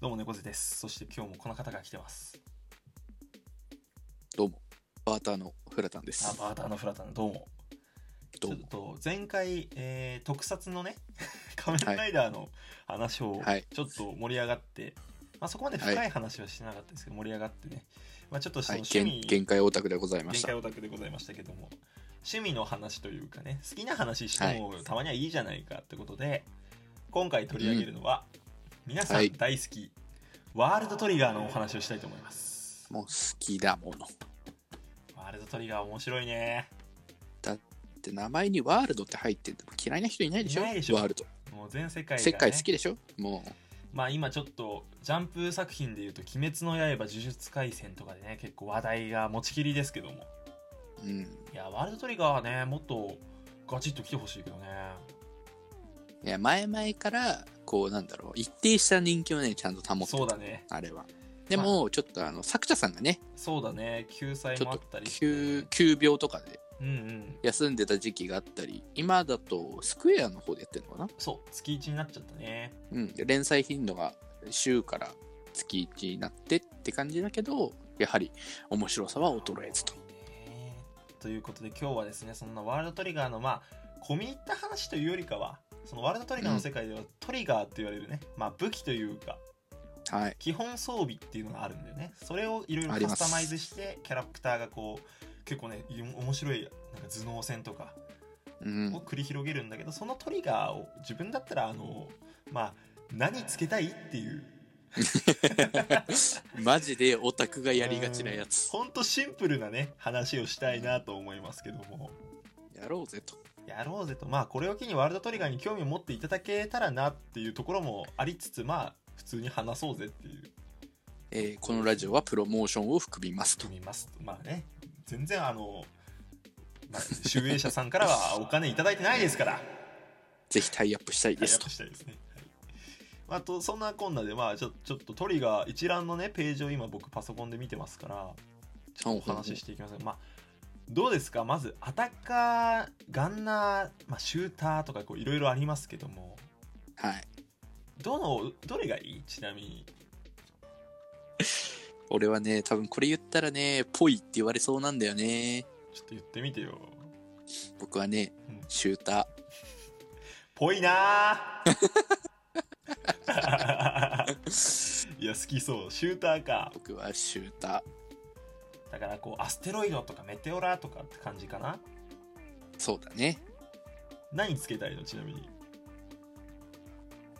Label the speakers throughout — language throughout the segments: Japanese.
Speaker 1: どうも猫背です。そして今日もこの方が来てます。
Speaker 2: どうも、バーターのフラタンで
Speaker 1: あ
Speaker 2: す。
Speaker 1: バーターのフラタンどうも。
Speaker 2: どうも
Speaker 1: ちょっと前回、えー特撮のね 仮面ライダーの話を
Speaker 2: はい
Speaker 1: ちょっと盛り上がって、まあ、そこまで深い話はしてなかったんですけど、盛り上がってね、まあ、ちょっとそ
Speaker 2: は
Speaker 1: の
Speaker 2: い、
Speaker 1: 趣
Speaker 2: 限
Speaker 1: 味、
Speaker 2: 限界オタクでございまし
Speaker 1: 限
Speaker 2: た
Speaker 1: 界。オタクでございましたけども趣味の話というかね好きな話してもたまにはいいじゃないかってことで、今回取り上げるのは、皆さ
Speaker 2: は
Speaker 1: ん
Speaker 2: い
Speaker 1: 大好き、ワールドトリガーのお話をしたいと思います
Speaker 2: もう好きだもの。
Speaker 1: ワールドトリガー面白いね
Speaker 2: で、名前にワールドって入ってても嫌いな人いないでしょ
Speaker 1: いないでしょ
Speaker 2: ワールド。
Speaker 1: もう全世界が、ね、
Speaker 2: 世界好きでしょも
Speaker 1: まあ今ちょっとジャンプ作品でいうと「鬼滅の刃」「呪術廻戦」とかでね結構話題が持ちきりですけども
Speaker 2: う、うん。
Speaker 1: いやワールドトリガーはねもっとガチッと来てほしいけどね
Speaker 2: いや、前々から、こう、なんだろう、一定した人気をね、ちゃんと保って
Speaker 1: そう
Speaker 2: た
Speaker 1: だね
Speaker 2: あれは。でも、ちょっとあの、作者さんがね、
Speaker 1: そうだね救済
Speaker 2: ちょ
Speaker 1: もあ
Speaker 2: っ
Speaker 1: った
Speaker 2: と
Speaker 1: りして
Speaker 2: 急、急病とかで
Speaker 1: うんうん
Speaker 2: 休んでた時期があったり、今だと、スクエアの方でやってるのかな
Speaker 1: そう月1になっちゃったね
Speaker 2: うん、で連載頻度が週から月1になってって感じだけどやはり面白さは衰えずと
Speaker 1: ねということで今日はですねそんなワールドトリガーのまあ込み入った話というよりかはそのワールドトリガーの世界ではトリガーって言われるね、まあ武器というか
Speaker 2: はい
Speaker 1: 基本装備っていうのがあるんだよねそれをいろいろ
Speaker 2: あり
Speaker 1: カ
Speaker 2: ま
Speaker 1: ス
Speaker 2: す
Speaker 1: タマイズしてキャラクターがこう結構ねい面白いなんか頭脳戦とか
Speaker 2: うん
Speaker 1: を繰り広げるんだけど、そのトリガーを自分だったらあのまあ何つけたいっていう
Speaker 2: マジでオタクがやりがちなやつ
Speaker 1: ほんとシンプルなね話をしたいなと思いますけども
Speaker 2: やろうぜと
Speaker 1: やろうぜとまあこれを機にワールドトリガーに興味を持っていただけたらなっていうところもありつつまあ普通に話そうぜっていう
Speaker 2: えーこのラジオはプロモーションを含みますと
Speaker 1: 組みますまあね全然あの、まあ、集英社さんからはお金いただいてないですから
Speaker 2: ぜひタイアップしたい
Speaker 1: タ
Speaker 2: で
Speaker 1: イア
Speaker 2: す
Speaker 1: ッ
Speaker 2: と
Speaker 1: プしたいですね、はいまああとそんなこんなでまあちょちょっとトリガー一覧のねページを今僕パソコンで見てますからちょっとお話ししていきますがまあどうですかまずアタッカーガンナー、まあ、シューターとかこういろいろありますけども
Speaker 2: はい
Speaker 1: どのどれがいいちなみに
Speaker 2: 俺はね多分これ言ったらねぽいって言われそうなんだよね
Speaker 1: ちょっと言ってみてよ
Speaker 2: 僕はね
Speaker 1: うん
Speaker 2: シュータ
Speaker 1: ぽいなー
Speaker 2: ー
Speaker 1: いや好きそうシューターか
Speaker 2: 僕はシューター
Speaker 1: だからこうアステロイドとかメテオラとかって感じかな
Speaker 2: そうだね
Speaker 1: 何つけたいのちなみに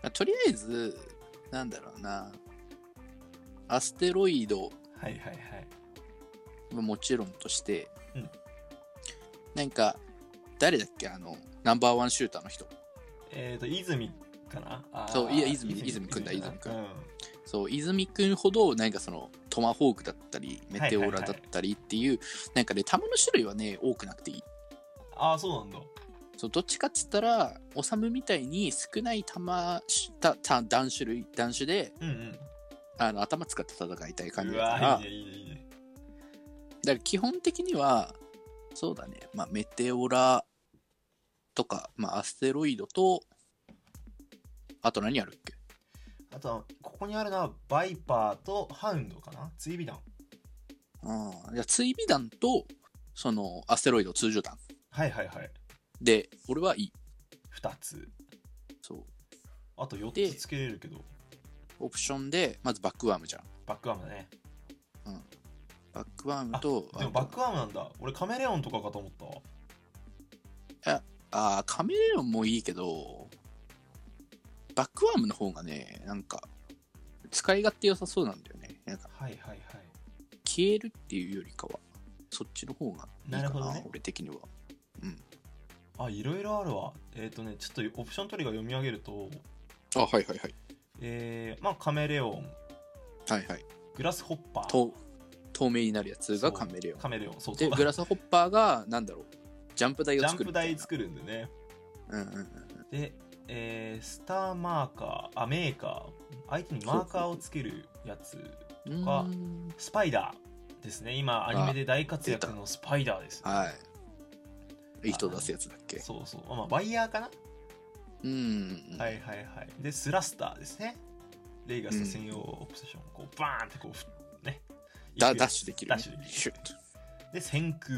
Speaker 2: まあとりあえず、なんだろうな、アステロイド
Speaker 1: はいはいはい
Speaker 2: はもちろんとして、
Speaker 1: うん
Speaker 2: なんか、誰だっけ、あの、ナンバーワンシューターの人。
Speaker 1: えっ、ー、と泉かなあー
Speaker 2: そういや泉泉君だ
Speaker 1: かう
Speaker 2: 泉
Speaker 1: ん、
Speaker 2: そう、泉くんほど、なんかその、トマホークだったり、メテオラだったりっていう、なんかね、弾の種類はね、多くなくていい。
Speaker 1: ああそうなんだ
Speaker 2: そうどっちかっつったら、オサムみたいに少ない弾、したた弾種類、弾種で、
Speaker 1: うんうん
Speaker 2: あの、頭使って戦いたい感じ
Speaker 1: う
Speaker 2: だから。
Speaker 1: わーいいねいいねいいね
Speaker 2: だから基本的にはそうだね、まあ、メテオラとか、まあ、アステロイドとあと何あるっけ
Speaker 1: あとはここにあるのはバイパーとハウンドかな追尾弾
Speaker 2: うんじゃあ追尾弾とそのアステロイド通常弾
Speaker 1: はいはいはい
Speaker 2: で俺はいい
Speaker 1: 2つ
Speaker 2: そう
Speaker 1: あと4
Speaker 2: で
Speaker 1: つつけれるけど
Speaker 2: オプションでまずバックワームじゃん
Speaker 1: バックアームだね
Speaker 2: バックワームと
Speaker 1: でもバックアームなんだ俺カメレオンとかかと思ったわ
Speaker 2: ああカメレオンもいいけどバックワームの方がねなんか使い勝手良さそうなんだよねなんか
Speaker 1: はいはいはい
Speaker 2: 消えるっていうよりかはそっちの方がいいかな
Speaker 1: なるほどね
Speaker 2: 俺的には
Speaker 1: あいろいろあるわえっ、とねちょっとオプショントリガー読み上げると
Speaker 2: あはいはいはい
Speaker 1: えー、まあカメレオン
Speaker 2: はいはい
Speaker 1: グラスホッパー
Speaker 2: と透明になるやつがカメレオン
Speaker 1: カメレオンそう
Speaker 2: で
Speaker 1: そう
Speaker 2: グラスホッパーがなんだろうジャンプ台
Speaker 1: ジャ
Speaker 2: を
Speaker 1: ン
Speaker 2: 作
Speaker 1: プ
Speaker 2: るみたい
Speaker 1: 台
Speaker 2: な
Speaker 1: 作るんでね
Speaker 2: うんうんうん
Speaker 1: で、えースターマーカーあメーカー相手にマーカーをつけるやつ
Speaker 2: うん
Speaker 1: か
Speaker 2: うーん
Speaker 1: スパイダーですね今アニメで大活躍
Speaker 2: 出
Speaker 1: のスパイダーです、
Speaker 2: はい糸出すやつだっけ
Speaker 1: そうそうあまあバイヤーかな、
Speaker 2: うんうんうん
Speaker 1: はいはいはいでスラスターですねレイガスと専用オプションをこうバーンってこうふね
Speaker 2: ダ
Speaker 1: 行くや
Speaker 2: ダッ
Speaker 1: つ
Speaker 2: シュできる、
Speaker 1: ダッ
Speaker 2: ね
Speaker 1: シュで。きる
Speaker 2: シュッ
Speaker 1: で先空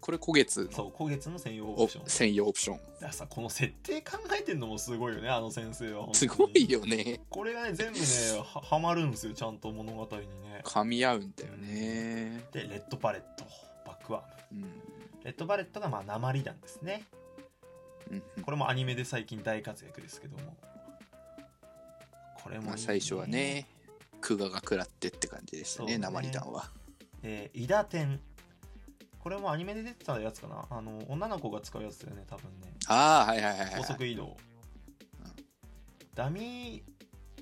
Speaker 2: これ、古月の
Speaker 1: そう今月の専用オ
Speaker 2: オ
Speaker 1: プションだ
Speaker 2: 専用オプション。
Speaker 1: からさこの設定考えてんのもすごいよねあの先生は本当に
Speaker 2: すごいよね。
Speaker 1: これがね 全部ねははまるんですよちゃんと物語にね
Speaker 2: 噛み合うんだよね。
Speaker 1: でレッドパレットバックワーム
Speaker 2: うん。
Speaker 1: レッドパレットがまあ鉛弾ですね
Speaker 2: うんうん
Speaker 1: これもアニメで最近大活躍ですけどもこれもいい
Speaker 2: まあ、最初はね、クガが食らってって感じでした
Speaker 1: そ
Speaker 2: ね、
Speaker 1: うね
Speaker 2: 鉛弾は。
Speaker 1: で「イダテン」これもアニメで出てたやつかなあの女の子が使うやつだよね多分ね
Speaker 2: ああ、はいはいはいはい。
Speaker 1: 高速移動
Speaker 2: うん
Speaker 1: ダミー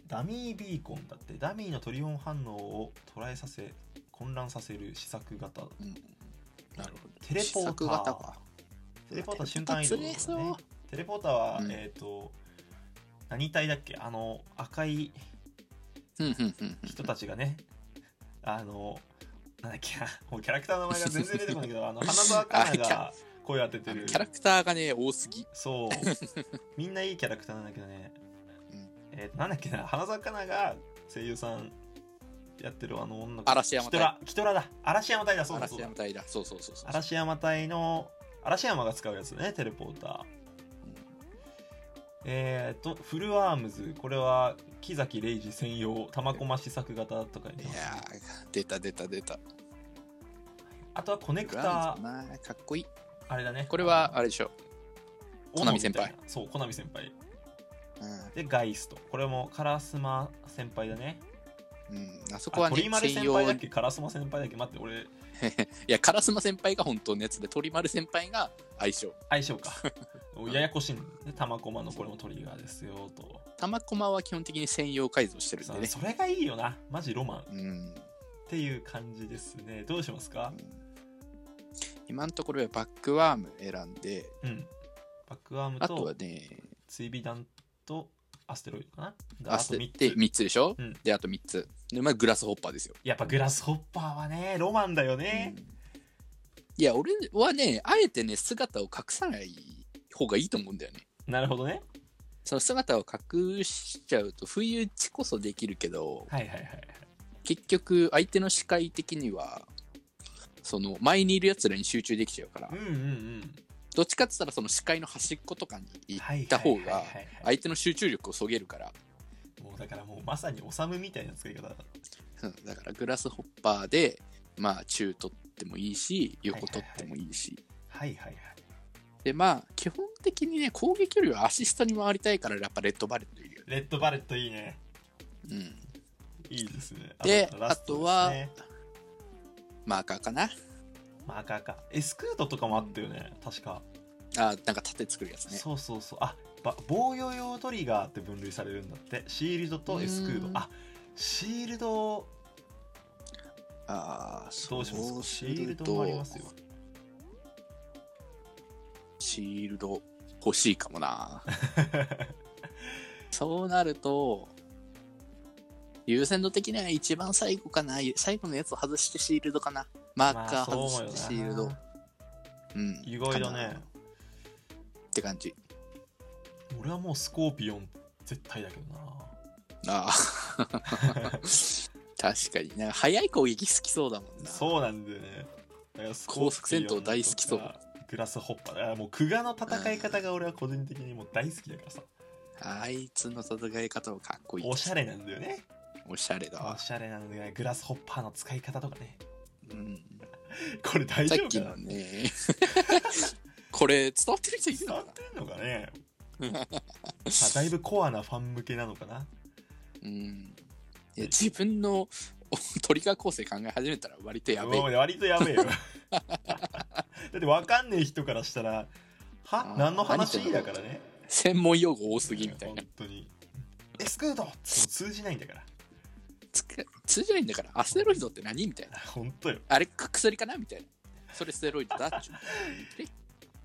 Speaker 1: ダミービーコンだってダミーのトリオン反応を捉えさせ混乱させる試作型
Speaker 2: うんなるほど。
Speaker 1: テレポーター
Speaker 2: 試作型か。
Speaker 1: テレポーター瞬間移動だね
Speaker 2: テレポーター強いそう
Speaker 1: テレポーターは、
Speaker 2: うん
Speaker 1: えっ、と何体だっけあの赤い
Speaker 2: うんうんうんうん。
Speaker 1: 人たちがね、あのなんだっけなもうキャラクターの名前が全然出てこないけどあの花澤香菜が声当てて
Speaker 2: あの
Speaker 1: る
Speaker 2: キャラクターがね、多すぎ。
Speaker 1: そうみんないいキャラクターなんだけどね、
Speaker 2: うん
Speaker 1: えっとなんだっけな花澤香菜が声優さんやってるあの女の子
Speaker 2: 嵐山
Speaker 1: キト
Speaker 2: 隊。
Speaker 1: ラキトラだ嵐山隊だそうだそう
Speaker 2: 嵐
Speaker 1: だ
Speaker 2: 山隊だ。そうそうそうそう。
Speaker 1: 嵐山隊の嵐山が使うやつねテレポーターえっとフルアームズこれは木崎レイジ専用玉駒試作型とかに
Speaker 2: いやー、出た出た出た。
Speaker 1: あとはコネクター
Speaker 2: ブラウンズかなかっこいい。
Speaker 1: あれだね
Speaker 2: これは、あ
Speaker 1: れ
Speaker 2: れでしょ。コナミ先輩
Speaker 1: そうコナミ先輩
Speaker 2: う
Speaker 1: でガイストこれもカラスマ先輩だね
Speaker 2: ん。うん、あそこ
Speaker 1: あ
Speaker 2: はね
Speaker 1: 鳥、丸
Speaker 2: 専
Speaker 1: 先
Speaker 2: 用
Speaker 1: 輩だ
Speaker 2: に
Speaker 1: っけカラスマ先輩だっけ待って俺
Speaker 2: いや、カラスマ先輩が本当のやつで、鳥丸先輩が相性。
Speaker 1: 相性 かややこしいんで玉駒のこれもトリガーですよと
Speaker 2: 玉駒は基本的に専用改造してるん
Speaker 1: そ
Speaker 2: でね。
Speaker 1: それがいいよなマジロマンっ
Speaker 2: うん。
Speaker 1: ていう感じですねどうしますか
Speaker 2: 今のところはバックワーム選んで、
Speaker 1: うんバックアーム
Speaker 2: あと
Speaker 1: と
Speaker 2: はね、
Speaker 1: 追尾弾とアステロイドかな
Speaker 2: あと
Speaker 1: あと三つ
Speaker 2: で3つでしょ、
Speaker 1: うん
Speaker 2: で、あと3つ。で、まあ、グラスホッパーですよ。
Speaker 1: やっぱグラスホッパーはねロマンだよね
Speaker 2: う、んいや、俺はね、あえてね、姿を隠さない方がいいと思うんだよね。
Speaker 1: なるほどね
Speaker 2: その姿を隠しちゃうと、不意打ちこそできるけど、
Speaker 1: はいはいはい
Speaker 2: 結局、相手の視界的には、その、前にいる奴らに集中できちゃうから
Speaker 1: うん、うんうん
Speaker 2: どっちかって言ったら、その視界の端っことかに行
Speaker 1: はい
Speaker 2: った方
Speaker 1: はい
Speaker 2: が
Speaker 1: はい、はいはい
Speaker 2: 相手の集中力をそげるから、
Speaker 1: もうだからもうまさにおさむみたいな使い方だ
Speaker 2: うん だからグラスホッパーで、まあ、中取ってもいいし、横取ってもいいし。
Speaker 1: はいはいはい
Speaker 2: で、まあ、基本的にね、攻撃よりはアシストに回りたいから、やっぱレッドバレットいるよね。
Speaker 1: レッドバレットいいね
Speaker 2: うん。
Speaker 1: いいですね
Speaker 2: で
Speaker 1: ラストですね
Speaker 2: マーカーかな。
Speaker 1: マーカーかエスクートとかもあったよね確か、
Speaker 2: あ、なんか盾作るやつね。
Speaker 1: そうそうそうあば防御用トリガーって分類されるんだってシールドとエスクード
Speaker 2: うーん
Speaker 1: あシールド
Speaker 2: ああ、そ
Speaker 1: ど
Speaker 2: う
Speaker 1: うしますか
Speaker 2: す
Speaker 1: シ
Speaker 2: ると
Speaker 1: ールドもありますよ
Speaker 2: シールド欲しいか もな。そうなると、優先度的には一番最後かな。最後のやつを外してシールドかな。マーカー外してシールド。うん。
Speaker 1: 意外だ
Speaker 2: かな
Speaker 1: ね
Speaker 2: って感じ。
Speaker 1: 俺はもうスコーピオン絶対だけどな
Speaker 2: ああ。 確かにな。早い攻撃好きそうだもんな。
Speaker 1: そうなんだよねだからスコーピオン
Speaker 2: 高速戦闘大好きそう
Speaker 1: とかグラスホッパーだからもうクガの戦い方が俺は個人的にもう大好きだからさ
Speaker 2: あいつの戦い方もかっこいい。
Speaker 1: おしゃれなんだよね
Speaker 2: おしゃれだ
Speaker 1: お
Speaker 2: わ。
Speaker 1: しゃれなんだよねグラスホッパーの使い方とかね
Speaker 2: うん。
Speaker 1: これ大
Speaker 2: さ
Speaker 1: 丈
Speaker 2: っ
Speaker 1: 夫
Speaker 2: き
Speaker 1: か
Speaker 2: の
Speaker 1: な
Speaker 2: ね、 これ伝わってる人いる
Speaker 1: 伝
Speaker 2: の
Speaker 1: わ
Speaker 2: か
Speaker 1: っ
Speaker 2: な
Speaker 1: てんのか ねあだいぶコアなファン向けなのかな
Speaker 2: うん。いや自分の おトリガー構成考え始めたら割とやべえ
Speaker 1: も。う割とや べえよだって分かんねえ人からしたらは
Speaker 2: あー
Speaker 1: 何の
Speaker 2: 何
Speaker 1: 話
Speaker 2: 言
Speaker 1: だ
Speaker 2: ってんの
Speaker 1: からね
Speaker 2: 専門用語多すぎみたいな。
Speaker 1: 本当にエスクードって通じないんだから
Speaker 2: つく通じないんだから、アステロイドって何みたいな。
Speaker 1: 本当よ
Speaker 2: あれ、か薬かなみたいな。それステロイドだっちゅう。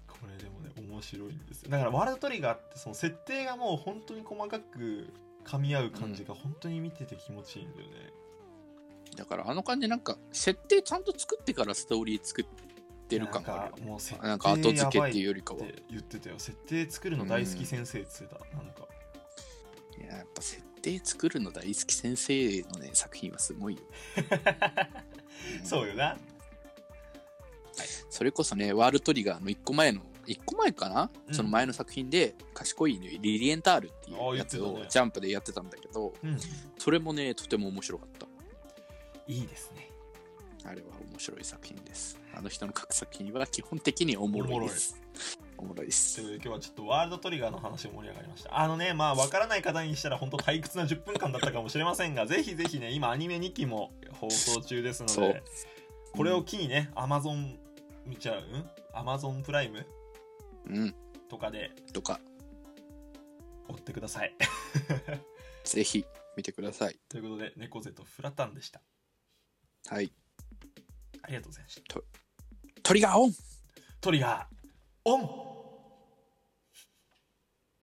Speaker 1: これでもね面白いんですよだからワールドトリガーってその設定がもう本当に細かく噛み合う感じが本当に見てて気持ちいいんだよね、
Speaker 2: だから、あの感じなんか、設定ちゃんと作ってからストーリー作ってる感があるよね。
Speaker 1: なんかもう設定
Speaker 2: なんか後付けっていううよりかは
Speaker 1: っ。て言ってたよ設定作るの大好き先生っつってた、なんか
Speaker 2: いややっぱ設定作るの大好き先生のね作品はすごいよ、
Speaker 1: そうよな
Speaker 2: それこそねワールドトリガーの1個前の1個前かな、
Speaker 1: うん
Speaker 2: その前の作品で賢い犬リリエンタールってい
Speaker 1: あー
Speaker 2: う
Speaker 1: 言
Speaker 2: や
Speaker 1: って
Speaker 2: つ
Speaker 1: たね
Speaker 2: をジャンプでやってたんだけど、
Speaker 1: うん
Speaker 2: それもねとても面白かった
Speaker 1: いいですね
Speaker 2: あれは面白い作品です。あの人の各作品は基本的におもろいです。おもろいで
Speaker 1: と
Speaker 2: す
Speaker 1: いう。ことで今日はちょっとワールドトリガーの話盛り上がりましたあのねまあ分からない方にしたら本当退屈な10分間だったかもしれませんがぜひぜひね今アニメ2期も放送中ですの
Speaker 2: そう
Speaker 1: でこれを機にね Amazon 見ちゃう Amazon プライム
Speaker 2: うん。
Speaker 1: とかで
Speaker 2: とか、
Speaker 1: 追ってください
Speaker 2: ぜひ見てください。
Speaker 1: ということで猫背とフラタンでした
Speaker 2: はい。
Speaker 1: ありがとうございました
Speaker 2: トリガーオン
Speaker 1: トリガーオン